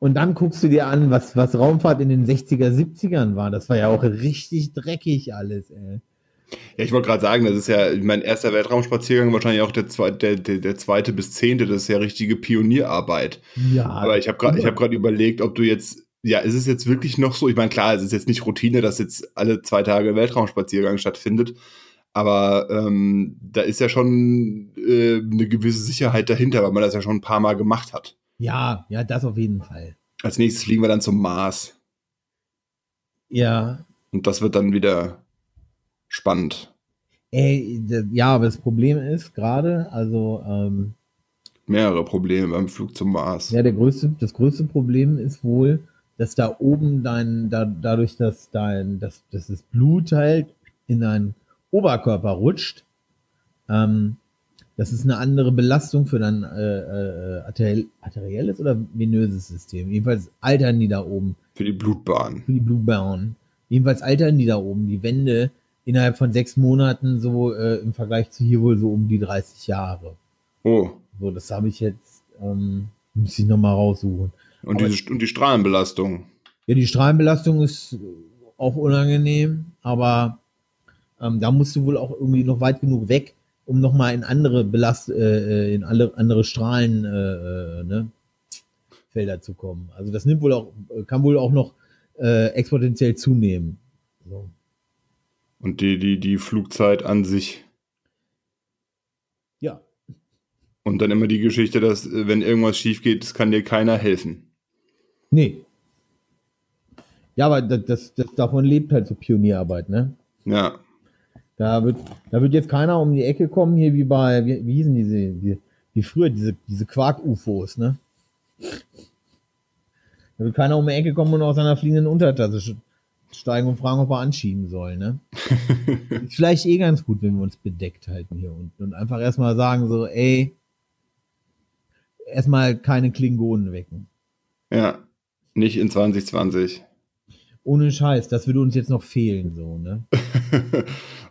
S2: und dann guckst du dir an, was, was Raumfahrt in den 60er, 70ern war. Das war ja auch richtig dreckig alles, ey.
S1: Ja, ich wollte gerade sagen, das ist ja mein erster Weltraumspaziergang, wahrscheinlich auch der zweite, der, der, der zweite bis zehnte, das ist ja richtige Pionierarbeit.
S2: Ja,
S1: Aber ich habe gerade hab grad überlegt, ob du jetzt, ja, ist es jetzt wirklich noch so? Ich meine, klar, es ist jetzt nicht Routine, dass jetzt alle zwei Tage Weltraumspaziergang stattfindet, aber ähm, da ist ja schon äh, eine gewisse Sicherheit dahinter, weil man das ja schon ein paar Mal gemacht hat.
S2: ja, ja, das auf jeden Fall.
S1: Als nächstes fliegen wir dann zum Mars
S2: Ja,
S1: und das wird dann wieder spannend.
S2: Ey, d- ja, aber das Problem ist gerade, also ähm,
S1: Mehrere Probleme beim Flug zum Mars.
S2: ja, der größte, das größte Problem ist wohl, dass da oben dein, da, dadurch, dass dein, dass, dass das Blut halt in deinen Oberkörper rutscht, ähm, das ist eine andere Belastung für dein äh, äh, arteriell- arterielles oder venöses System. Jedenfalls altern die da oben.
S1: Für die Blutbahn.
S2: für die Blue Brown. Jedenfalls altern die da oben die Wände innerhalb von sechs Monaten so äh, im Vergleich zu hier wohl so um die 30 Jahre.
S1: Oh.
S2: So, das habe ich jetzt, ähm, muss ich nochmal raussuchen.
S1: Und,
S2: Aber-
S1: diese, und die Strahlenbelastung.
S2: Ja, die Strahlenbelastung ist auch unangenehm, aber ähm, da musst du wohl auch irgendwie noch weit genug weg, um nochmal in andere Belast äh, äh, in alle andere Strahlen äh, äh, ne, Felder zu kommen. Also das nimmt wohl auch, kann wohl auch noch äh, exponentiell zunehmen. So.
S1: Und die, die, die Flugzeit an sich.
S2: Ja,
S1: Und dann immer die Geschichte, dass, äh, wenn irgendwas schief geht, es kann dir keiner helfen.
S2: Nee. Ja, aber das, das, das davon lebt halt so Pionierarbeit, ne?
S1: Ja.
S2: Da wird, da wird jetzt keiner um die Ecke kommen, hier wie bei, wie, wie hießen diese, wie, wie früher, diese, diese Quark-UFOs, ne? Da wird keiner um die Ecke kommen und aus seiner fliegenden Untertasse sch- steigen und fragen, ob er anschieben soll, ne? Ist vielleicht eh ganz gut, wenn wir uns bedeckt halten hier unten und einfach erstmal sagen so, ey, erstmal keine Klingonen wecken.
S1: ja. Nicht in 2020.
S2: Ohne Scheiß, das würde uns jetzt noch fehlen, so, ne?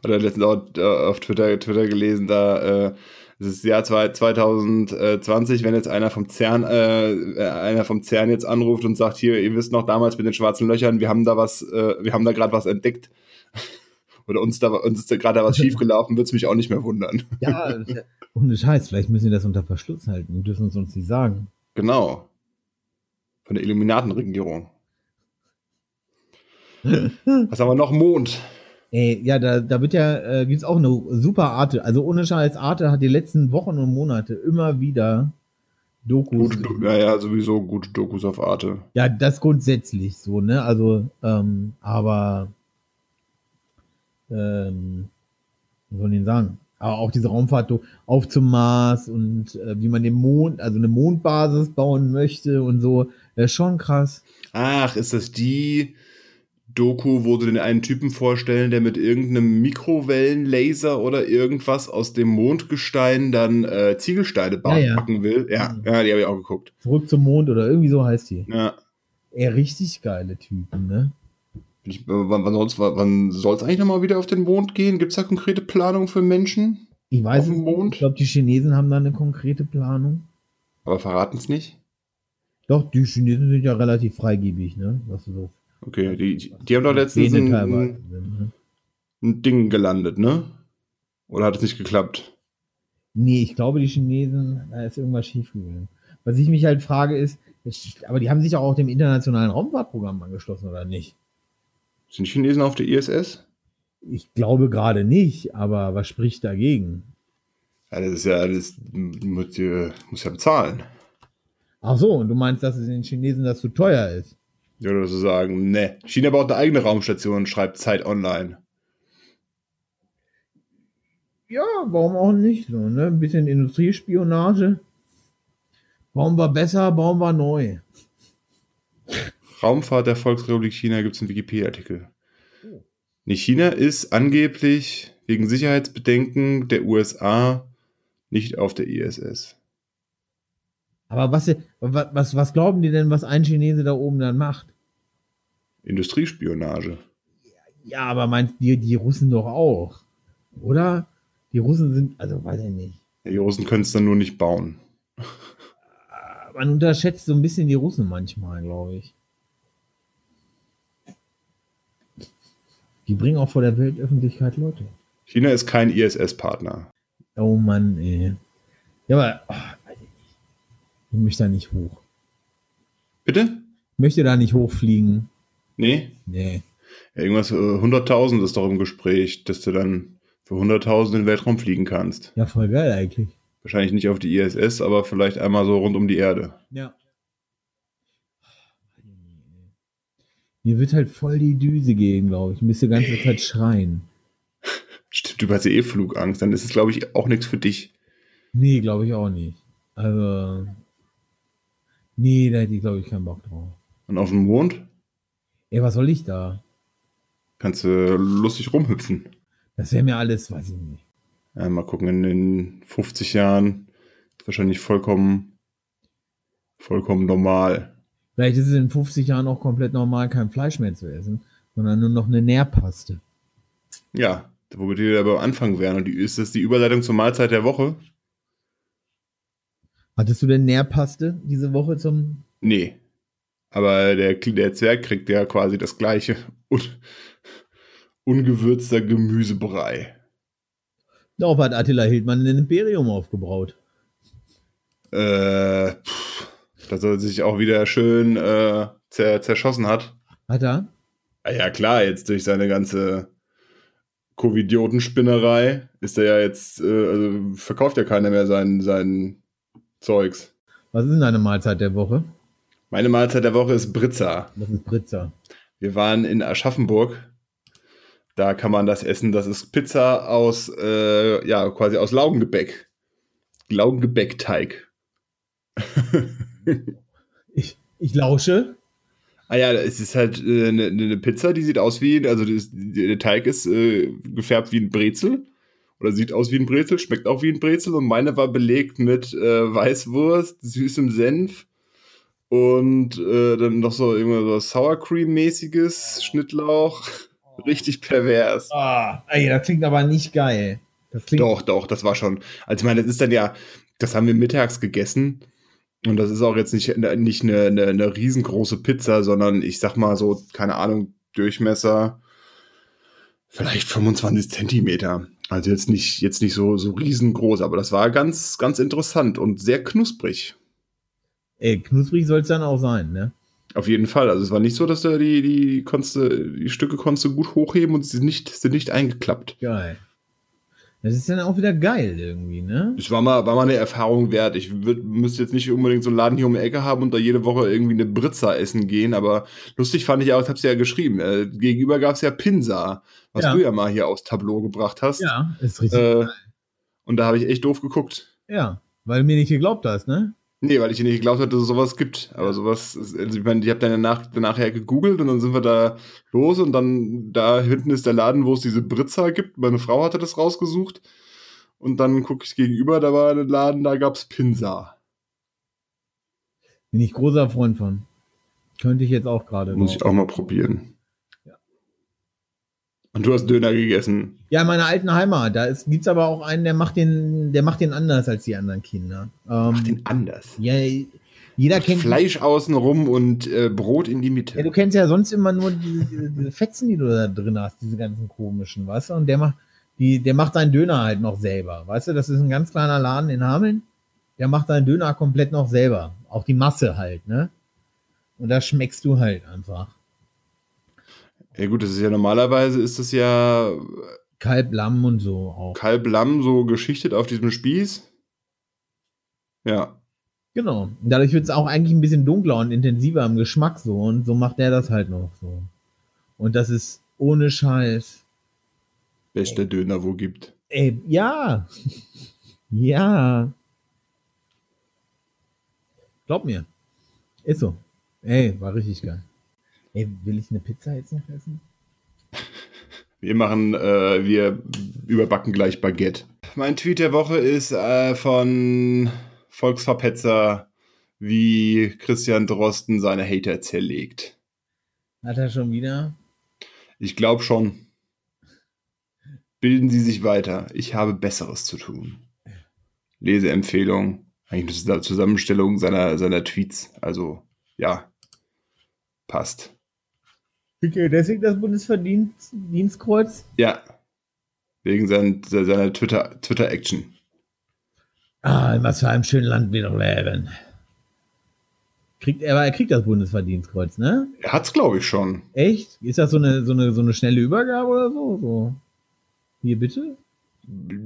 S1: Oder letztens auch äh, auf Twitter, Twitter gelesen, da äh, es ist das Jahr zwei- 2020, wenn jetzt einer vom CERN, äh, äh, einer vom CERN jetzt anruft und sagt, hier, ihr wisst noch damals mit den schwarzen Löchern, wir haben da was, äh, wir haben da gerade was entdeckt. *laughs* Oder uns da uns ist da gerade da was schiefgelaufen, würde es mich auch nicht mehr wundern.
S2: Ja, ohne Scheiß, vielleicht müssen wir das unter Verschluss halten und dürfen es uns nicht sagen.
S1: Genau. Von der Illuminatenregierung. Was haben wir noch? Mond.
S2: Ey, ja, da, da wird ja, äh, gibt's auch eine super Arte. Also ohne Scheiß, Arte hat die letzten Wochen und Monate immer wieder Dokus.
S1: Gute, Do- ja, ja, sowieso gute Dokus auf Arte.
S2: Ja, das grundsätzlich so, ne? Also, ähm, aber ähm, was soll ich denn sagen? Aber auch diese Raumfahrt so auf zum Mars und äh, wie man den Mond, also eine Mondbasis bauen möchte und so, das ist schon krass.
S1: Ach, ist das die Doku, wo sie den einen Typen vorstellen, der mit irgendeinem Mikrowellenlaser oder irgendwas aus dem Mondgestein dann äh, Ziegelsteine ba-
S2: Ja, ja.
S1: backen will? Ja,
S2: Mhm.
S1: ja die habe ich auch geguckt.
S2: Zurück zum Mond oder irgendwie so heißt die.
S1: Ja.
S2: Ey, richtig geile Typen, ne?
S1: Ich, wann wann soll es wann soll's eigentlich nochmal wieder auf den Mond gehen? Gibt es da konkrete Planungen für Menschen?
S2: Ich weiß
S1: Auf dem
S2: es nicht.
S1: Mond?
S2: Ich glaube, die Chinesen haben da eine konkrete Planung.
S1: Aber verraten es nicht?
S2: Doch, die Chinesen sind ja relativ freigebig, ne? Was so.
S1: Okay, die, die haben doch letztens
S2: Pläne
S1: ein,
S2: teilweise
S1: ein
S2: sind, ne?
S1: Ding gelandet, ne? Oder hat es nicht geklappt?
S2: Nee, ich glaube, die Chinesen, da ist irgendwas schiefgegangen. Was ich mich halt frage ist, es- aber die haben sich auch, auch dem internationalen Raumfahrtprogramm angeschlossen, oder nicht?
S1: Sind Chinesen auf der ISS?
S2: Ich glaube gerade nicht, aber was spricht dagegen?
S1: Ja, das ist ja, das muss, ja- muss ja bezahlen.
S2: Ach so, und du meinst, dass es den Chinesen das zu teuer ist?
S1: Oder so sagen, ne. China baut eine eigene Raumstation, schreibt Zeit Online.
S2: ja, warum auch nicht? So, ne? Ein bisschen Industriespionage. Bauen wir besser, bauen wir neu.
S1: Raumfahrt der Volksrepublik China gibt es einen Wikipedia-Artikel.
S2: Oh.
S1: Nee, China ist angeblich wegen Sicherheitsbedenken der USA nicht auf der ISS.
S2: Aber was, was, was, was glauben die denn, was ein Chinese da oben dann macht?
S1: Industriespionage.
S2: Ja, aber meinst du, die, die Russen doch auch? Oder? Die Russen sind, also weiß ich nicht.
S1: Die Russen können es dann nur nicht bauen.
S2: Man unterschätzt so ein bisschen die Russen manchmal, glaube ich. Die bringen auch vor der Weltöffentlichkeit Leute.
S1: China ist kein ISS-Partner.
S2: Oh Mann, ey. Ja, aber ach, weiß ich, nicht. ich möchte da nicht hoch.
S1: Bitte?
S2: Ich möchte da nicht hochfliegen.
S1: Nee?
S2: Nee.
S1: Ja, irgendwas, äh, 100.000 ist doch im Gespräch, dass du dann für 100.000 in den Weltraum fliegen kannst.
S2: Ja, voll geil eigentlich.
S1: Wahrscheinlich nicht auf die ISS, aber vielleicht einmal so rund um die Erde.
S2: Ja. Mir wird halt voll die Düse gehen, glaube ich. Ich müsste die ganze Zeit schreien.
S1: Stimmt, du hast ja eh Flugangst, dann ist es, glaube ich, auch nichts für dich.
S2: Nee, glaube ich auch nicht. Also. Nee, da hätte ich, glaube ich, keinen Bock drauf.
S1: Und auf dem Mond
S2: Ey, was soll ich da?
S1: kannst du lustig rumhüpfen.
S2: Das wäre mir alles, weiß ich nicht.
S1: Ja, mal gucken, in den 50 Jahren ist wahrscheinlich vollkommen, vollkommen normal.
S2: Vielleicht ist es in 50 Jahren auch komplett normal, kein Fleisch mehr zu essen, sondern nur noch eine Nährpaste.
S1: Ja, womit wir wieder beim Anfang wären. Und die, ist das die Überleitung zur Mahlzeit der Woche?
S2: Hattest du denn Nährpaste diese Woche zum.
S1: Nee. Aber der, Kli- der Zwerg kriegt ja quasi das gleiche. *laughs* Un ungewürzter Gemüsebrei.
S2: Darauf hat Attila Hildmann ein Imperium aufgebraut.
S1: Äh, pff, dass er sich auch wieder schön äh, zer zerschossen hat.
S2: Hat er?
S1: Ah ja, klar, jetzt durch seine ganze Covidiotenspinnerei ist er ja jetzt, äh, also verkauft ja keiner mehr sein, sein Zeugs.
S2: Was ist denn deine Mahlzeit der Woche?
S1: Meine Mahlzeit der Woche ist Britza.
S2: Das ist Britzer.
S1: Wir waren in Aschaffenburg. Da kann man das essen. Das ist Pizza aus, äh, ja, quasi aus Laugengebäck. Laugengebäckteig.
S2: Ich, ich lausche.
S1: Ah ja, es ist halt äh, eine eine Pizza, die sieht aus wie, also das, der Teig ist äh, gefärbt wie ein Brezel oder sieht aus wie ein Brezel, schmeckt auch wie ein Brezel und meine war belegt mit äh, Weißwurst, süßem Senf und äh, dann noch so irgendwas so Sour Cream mäßiges Schnittlauch, richtig pervers.
S2: Ah, ey, das klingt aber nicht geil. Das klingt.
S1: Doch, doch, das war schon. Also ich meine, das ist dann ja, das haben wir mittags gegessen. Und das ist auch jetzt nicht, ne, nicht eine, eine, eine riesengroße Pizza, sondern ich sag mal so, keine Ahnung, Durchmesser vielleicht 25 Zentimeter. Also jetzt nicht, jetzt nicht so, so riesengroß, aber das war ganz, ganz interessant und sehr knusprig.
S2: Ey, knusprig soll es dann auch sein, ne?
S1: Auf jeden Fall. Also es war nicht so, dass du die, die, konntest, du- die Stücke konntest du gut hochheben und sie sind nicht, sind nicht eingeklappt.
S2: Geil. Das ist dann auch wieder geil irgendwie, ne?
S1: Das war mal, war mal eine Erfahrung wert. Ich würd, müsste jetzt nicht unbedingt so einen Laden hier um die Ecke haben und da jede Woche irgendwie eine Britza essen gehen, aber lustig fand ich auch, ich hab's ja geschrieben, äh, gegenüber gab's ja Pinsa, was
S2: Ja.
S1: du ja mal hier aufs Tableau gebracht hast.
S2: Ja, ist richtig.
S1: Äh, und da habe ich echt doof geguckt.
S2: Ja, weil du mir nicht geglaubt hast, ne?
S1: Nee, weil ich nicht geglaubt hatte, dass es sowas gibt. Aber sowas, ist- also ich meine, ich habe dann danach, danach ja gegoogelt und dann sind wir da los und dann da hinten ist der Laden, wo es diese Britza gibt. Meine Frau hatte das rausgesucht. Und dann gucke ich gegenüber, da war ein Laden, da gab's Pinsa.
S2: Bin ich großer Freund von. Könnte ich jetzt auch gerade.
S1: Muss ich
S2: drauf.
S1: auch mal probieren.
S2: Ja.
S1: Und du hast Döner gegessen.
S2: Ja, in meiner alten Heimat, da ist, gibt's aber auch einen, der macht den, der macht den anders als die anderen Kinder. Ähm,
S1: Mach den anders.
S2: ja, jeder kennt.
S1: Fleisch außenrum und äh, Brot in die Mitte.
S2: Ja, du kennst ja sonst immer nur diese, diese, diese Fetzen, die du da drin hast, diese ganzen komischen, weißt du? Und der macht, die, der macht seinen Döner halt noch selber, weißt du? Das ist ein ganz kleiner Laden in Hameln. Der macht seinen Döner komplett noch selber. Auch die Masse halt, ne? Und da schmeckst du halt einfach.
S1: ja gut, das ist ja normalerweise ist das ja
S2: Kalb, Lamm und so auch.
S1: Kalb Lamm so geschichtet auf diesem Spieß. Ja.
S2: Genau. Und dadurch wird es auch eigentlich ein bisschen dunkler und intensiver im Geschmack so. Und so macht der das halt noch so. Und das ist ohne Scheiß.
S1: Bester Döner, wo gibt.
S2: Ey, Äh, ja. ja. Glaub mir. Ist so. Ey, war richtig geil. Ey, will ich eine Pizza jetzt noch essen?
S1: Wir machen, äh, wir überbacken gleich Baguette. Mein Tweet der Woche ist äh, von Volksverpetzer, wie Christian Drosten seine Hater zerlegt.
S2: Hat er schon wieder?
S1: Ich glaube schon. Bilden Sie sich weiter. Ich habe Besseres zu tun. Leseempfehlung. Eigentlich eine Zusammenstellung seiner, seiner Tweets. Also, ja. Passt.
S2: Okay, deswegen das Bundesverdienstkreuz?
S1: Ja. Wegen seinen, seiner Twitter- Twitter-Action.
S2: Ah, in was für einem schönen Land wir doch leben. Kriegt, er, aber er kriegt das Bundesverdienstkreuz, ne?
S1: er hat's, glaube ich, schon.
S2: Echt? Ist das so eine, so eine, so eine schnelle Übergabe oder so? so? Hier bitte?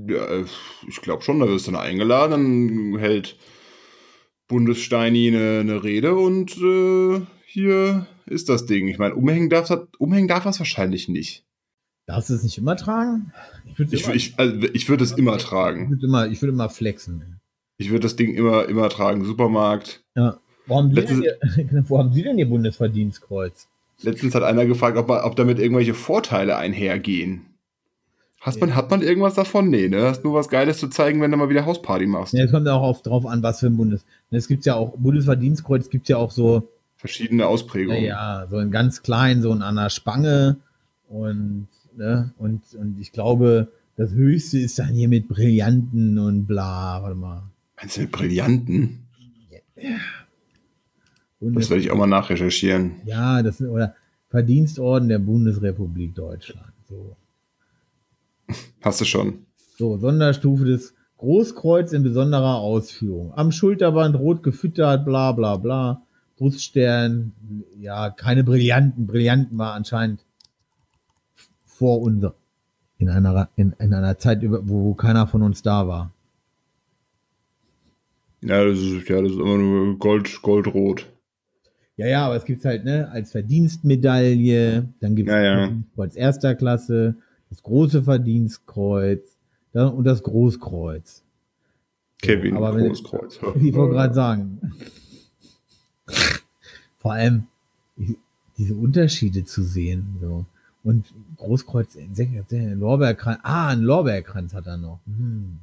S1: Ja, äh, Ich glaube schon, da wirst du dann eingeladen, dann hält Bundessteini eine, eine Rede und äh, hier ist das Ding. Ich meine, umhängen darf das- umhängen darf das wahrscheinlich nicht.
S2: Darfst du es nicht immer tragen? Ich würde
S1: Ich, ich, also ich würde es immer tragen.
S2: würd immer, ich würd immer flexen.
S1: Ich würde das Ding immer, immer tragen. Supermarkt.
S2: Wo haben, Sie denn
S1: Letztes-
S2: ihr, *laughs* wo haben Sie denn Ihr Bundesverdienstkreuz?
S1: Letztens hat einer gefragt, ob, man- ob damit irgendwelche Vorteile einhergehen. Hat man, hat man irgendwas davon? Nee, ne? Hast nur was Geiles zu zeigen, wenn du mal wieder Hausparty machst.
S2: Ja, Es kommt ja auch oft drauf an, was für ein Bundes. ne, Es gibt ja auch, Bundesverdienstkreuz gibt ja auch so,
S1: Verschiedene Ausprägungen.
S2: naja, so in ganz klein, so in einer Spange. Und, ne, und, und ich glaube, das höchste ist dann hier mit Brillanten und bla, warte mal.
S1: Meinst du mit Brillanten? Das
S2: Bundes
S1: werde ich auch mal nachrecherchieren.
S2: ja, das sind- oder Verdienstorden der Bundesrepublik Deutschland. So.
S1: Hast du schon.
S2: So, Sonderstufe des Großkreuz in besonderer Ausführung. Am Schulterband rot gefüttert, bla bla bla. Bruststern, ja, keine Brillanten. Brillanten war anscheinend vor unser. In einer, in, in einer Zeit, über- wo, wo keiner von uns da war.
S1: Ja, das ist, ja, das ist immer nur Gold, Goldrot.
S2: Ja, ja, aber es gibt's halt, ne, als Verdienstmedaille, dann gibt's
S1: Ja, ja.
S2: Verdienstkreuz erster Klasse, das große Verdienstkreuz dann, und das Großkreuz.
S1: Kevin,
S2: aber wenn-
S1: Großkreuz.
S2: *laughs* Ich wollte gerade sagen. Vor allem ich- diese Unterschiede zu sehen. So. Und Großkreuz, sehr- sehr- Lorbeerkranz. Ah, ein Lorbeerkranz hat er noch. Hm.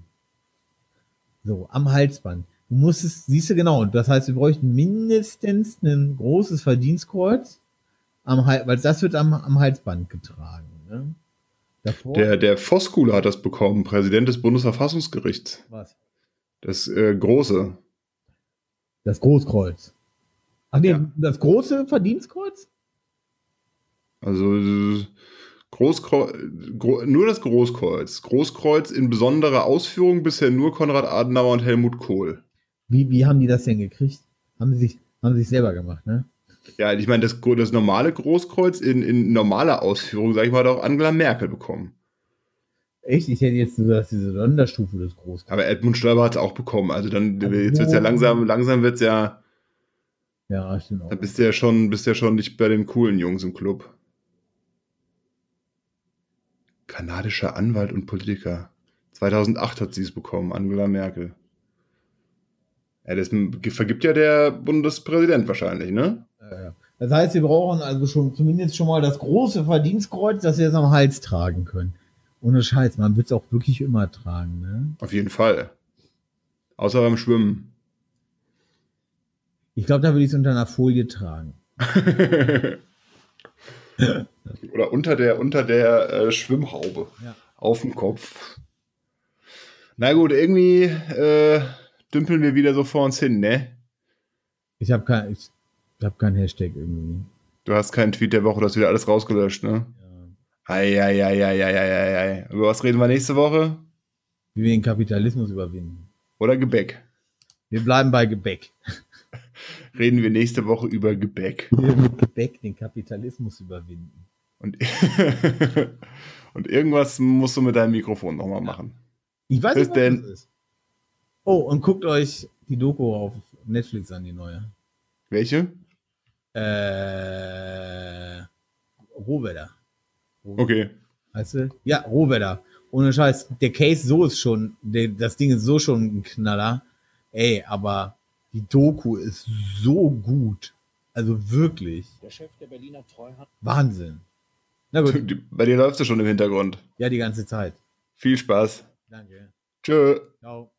S2: So, am Halsband. Du musstest, siehst du genau, das heißt, wir bräuchten mindestens ein großes Verdienstkreuz, am Hal weil das wird am, am Halsband getragen. Ne? Davor
S1: Der, der Voskuhle hat das bekommen, Präsident des Bundesverfassungsgerichts.
S2: was?
S1: Das äh, Große.
S2: Das Großkreuz. Ach nee,
S1: Ja.
S2: das große Verdienstkreuz?
S1: Also äh, Großkreuz, gro nur das Großkreuz. Großkreuz in besonderer Ausführung bisher nur Konrad Adenauer und Helmut Kohl.
S2: Wie, wie haben die das denn gekriegt? Haben sie sich, haben sie sich selber gemacht, ne?
S1: Ja, ich meine, das, gro- das normale Großkreuz in, in normaler Ausführung, sag ich mal, hat auch Angela Merkel bekommen.
S2: Echt? Ich hätte jetzt gesagt, diese Sonderstufe des Großkreuzes.
S1: Aber Edmund Stoiber hat es auch bekommen. Also dann
S2: Ach
S1: jetzt wird's
S2: so.
S1: ja langsam, langsam wird's ja,
S2: Ja, stimmt auch.
S1: da bist du ja schon, bist ja schon nicht bei den coolen Jungs im Club. Kanadischer Anwalt und Politiker. 2008 hat sie es bekommen, Angela Merkel. Ja, das vergibt ja der Bundespräsident wahrscheinlich, ne?
S2: Ja, ja. Das heißt, wir brauchen also schon zumindest schon mal das große Verdienstkreuz, dass wir es am Hals tragen können. Ohne Scheiß, man wird es auch wirklich immer tragen, ne?
S1: Auf jeden Fall. Außer beim Schwimmen.
S2: Ich glaube, da würde ich es unter einer Folie tragen.
S1: Oder unter der, unter der äh, Schwimmhaube.
S2: Ja.
S1: Auf dem Kopf. Na gut, irgendwie äh, dümpeln wir wieder so vor uns hin, ne?
S2: Ich habe kein, ich, ich hab kein Hashtag irgendwie.
S1: Du hast keinen Tweet der Woche, du hast wieder alles rausgelöscht, ne?
S2: Ja.
S1: Eieieiei. Über was reden wir nächste Woche?
S2: Wie wir den Kapitalismus überwinden.
S1: Oder Gebäck?
S2: Wir bleiben bei Gebäck.
S1: Reden wir nächste Woche über Gebäck.
S2: Wie wir mit Gebäck den Kapitalismus überwinden.
S1: Und, *laughs* und irgendwas musst du mit deinem Mikrofon nochmal machen.
S2: Ich weiß
S1: Bis
S2: nicht, was
S1: denn.
S2: das ist. Oh, und guckt euch die Doku auf Netflix an, die neue.
S1: Welche?
S2: Äh, Rohwedder.
S1: Okay.
S2: Weißt du? Ja, Rohwedder. ohne Scheiß, der Case so ist schon, der, das Ding ist so schon ein Knaller. Ey, aber die Doku ist so gut. Also wirklich.
S4: Der Chef der Berliner Treuhand.
S2: Wahnsinn. Na
S1: *laughs*
S2: gut,
S1: Die- Bei dir läuft es schon im Hintergrund.
S2: ja, die ganze Zeit.
S1: Viel Spaß.
S2: Danke.
S1: Tschö.
S2: Ciao.